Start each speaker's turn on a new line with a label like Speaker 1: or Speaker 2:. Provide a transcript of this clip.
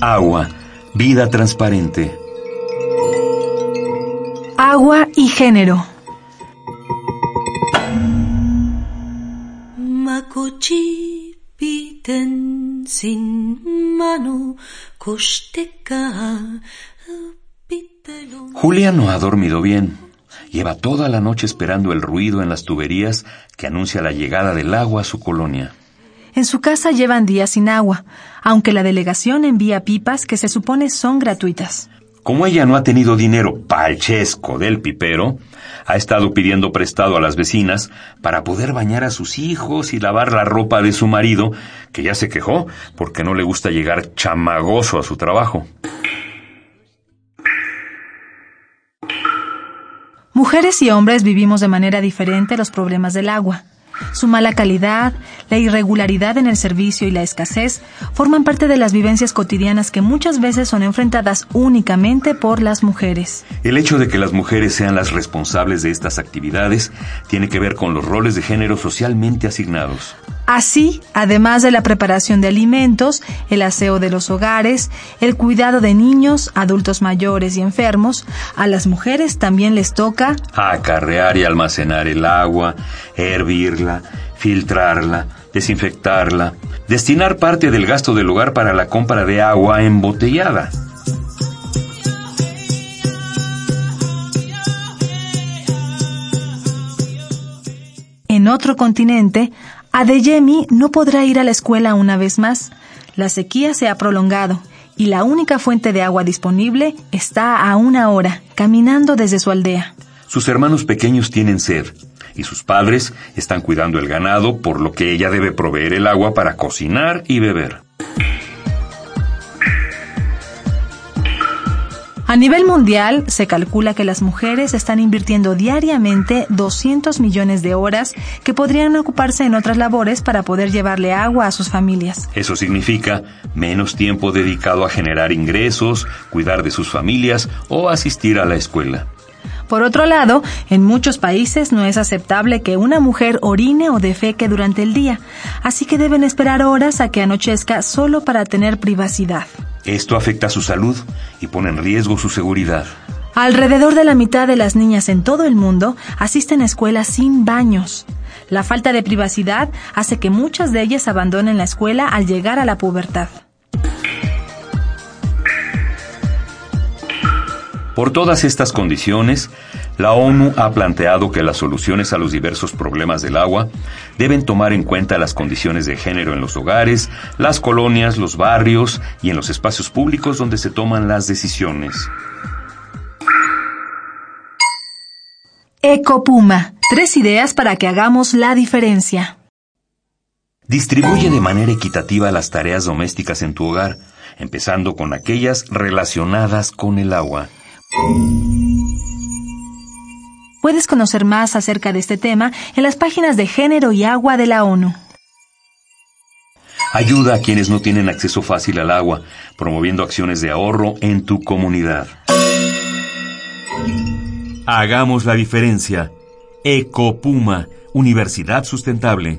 Speaker 1: Agua. Vida transparente.
Speaker 2: Agua y género.
Speaker 3: Makochi piten sin mano kosteka pitelon.
Speaker 1: Julia no ha dormido bien. Lleva toda la noche esperando el ruido en las tuberías que anuncia la llegada del agua a su colonia.
Speaker 2: En su casa llevan días sin agua, aunque la delegación envía pipas que se supone son gratuitas.
Speaker 1: Como ella no ha tenido dinero palchesco del pipero, ha estado pidiendo prestado a las vecinas para poder bañar a sus hijos y lavar la ropa de su marido, que ya se quejó porque no le gusta llegar chamagoso a su trabajo.
Speaker 2: Mujeres y hombres vivimos de manera diferente los problemas del agua. Su mala calidad, la irregularidad en el servicio y la escasez forman parte de las vivencias cotidianas que muchas veces son enfrentadas únicamente por las mujeres.
Speaker 1: El hecho de que las mujeres sean las responsables de estas actividades tiene que ver con los roles de género socialmente asignados.
Speaker 2: Así, además de la preparación de alimentos, el aseo de los hogares, el cuidado de niños, adultos mayores y enfermos, a las mujeres también les toca
Speaker 1: acarrear y almacenar el agua, hervirla, filtrarla, desinfectarla, destinar parte del gasto del hogar para la compra de agua embotellada.
Speaker 2: En otro continente, Adeyemi no podrá ir a la escuela una vez más. La sequía se ha prolongado y la única fuente de agua disponible está a una hora, caminando desde su aldea.
Speaker 1: Sus hermanos pequeños tienen sed y sus padres están cuidando el ganado, por lo que ella debe proveer el agua para cocinar y beber.
Speaker 2: A nivel mundial, se calcula que las mujeres están invirtiendo diariamente 200 millones de horas que podrían ocuparse en otras labores para poder llevarle agua a sus familias.
Speaker 1: Eso significa menos tiempo dedicado a generar ingresos, cuidar de sus familias o asistir a la escuela.
Speaker 2: Por otro lado, en muchos países no es aceptable que una mujer orine o defeque durante el día, así que deben esperar horas a que anochezca solo para tener privacidad.
Speaker 1: Esto afecta su salud y pone en riesgo su seguridad.
Speaker 2: Alrededor de la mitad de las niñas en todo el mundo asisten a escuelas sin baños. La falta de privacidad hace que muchas de ellas abandonen la escuela al llegar a la pubertad.
Speaker 1: Por todas estas condiciones, la ONU ha planteado que las soluciones a los diversos problemas del agua deben tomar en cuenta las condiciones de género en los hogares, las colonias, los barrios y en los espacios públicos donde se toman las decisiones.
Speaker 2: Ecopuma. Tres ideas para que hagamos la diferencia.
Speaker 1: Distribuye de manera equitativa las tareas domésticas en tu hogar, empezando con aquellas relacionadas con el agua.
Speaker 2: Puedes conocer más acerca de este tema en las páginas de Género y Agua de la ONU.
Speaker 1: Ayuda a quienes no tienen acceso fácil al agua, promoviendo acciones de ahorro en tu comunidad. Hagamos la diferencia. Ecopuma, Universidad Sustentable.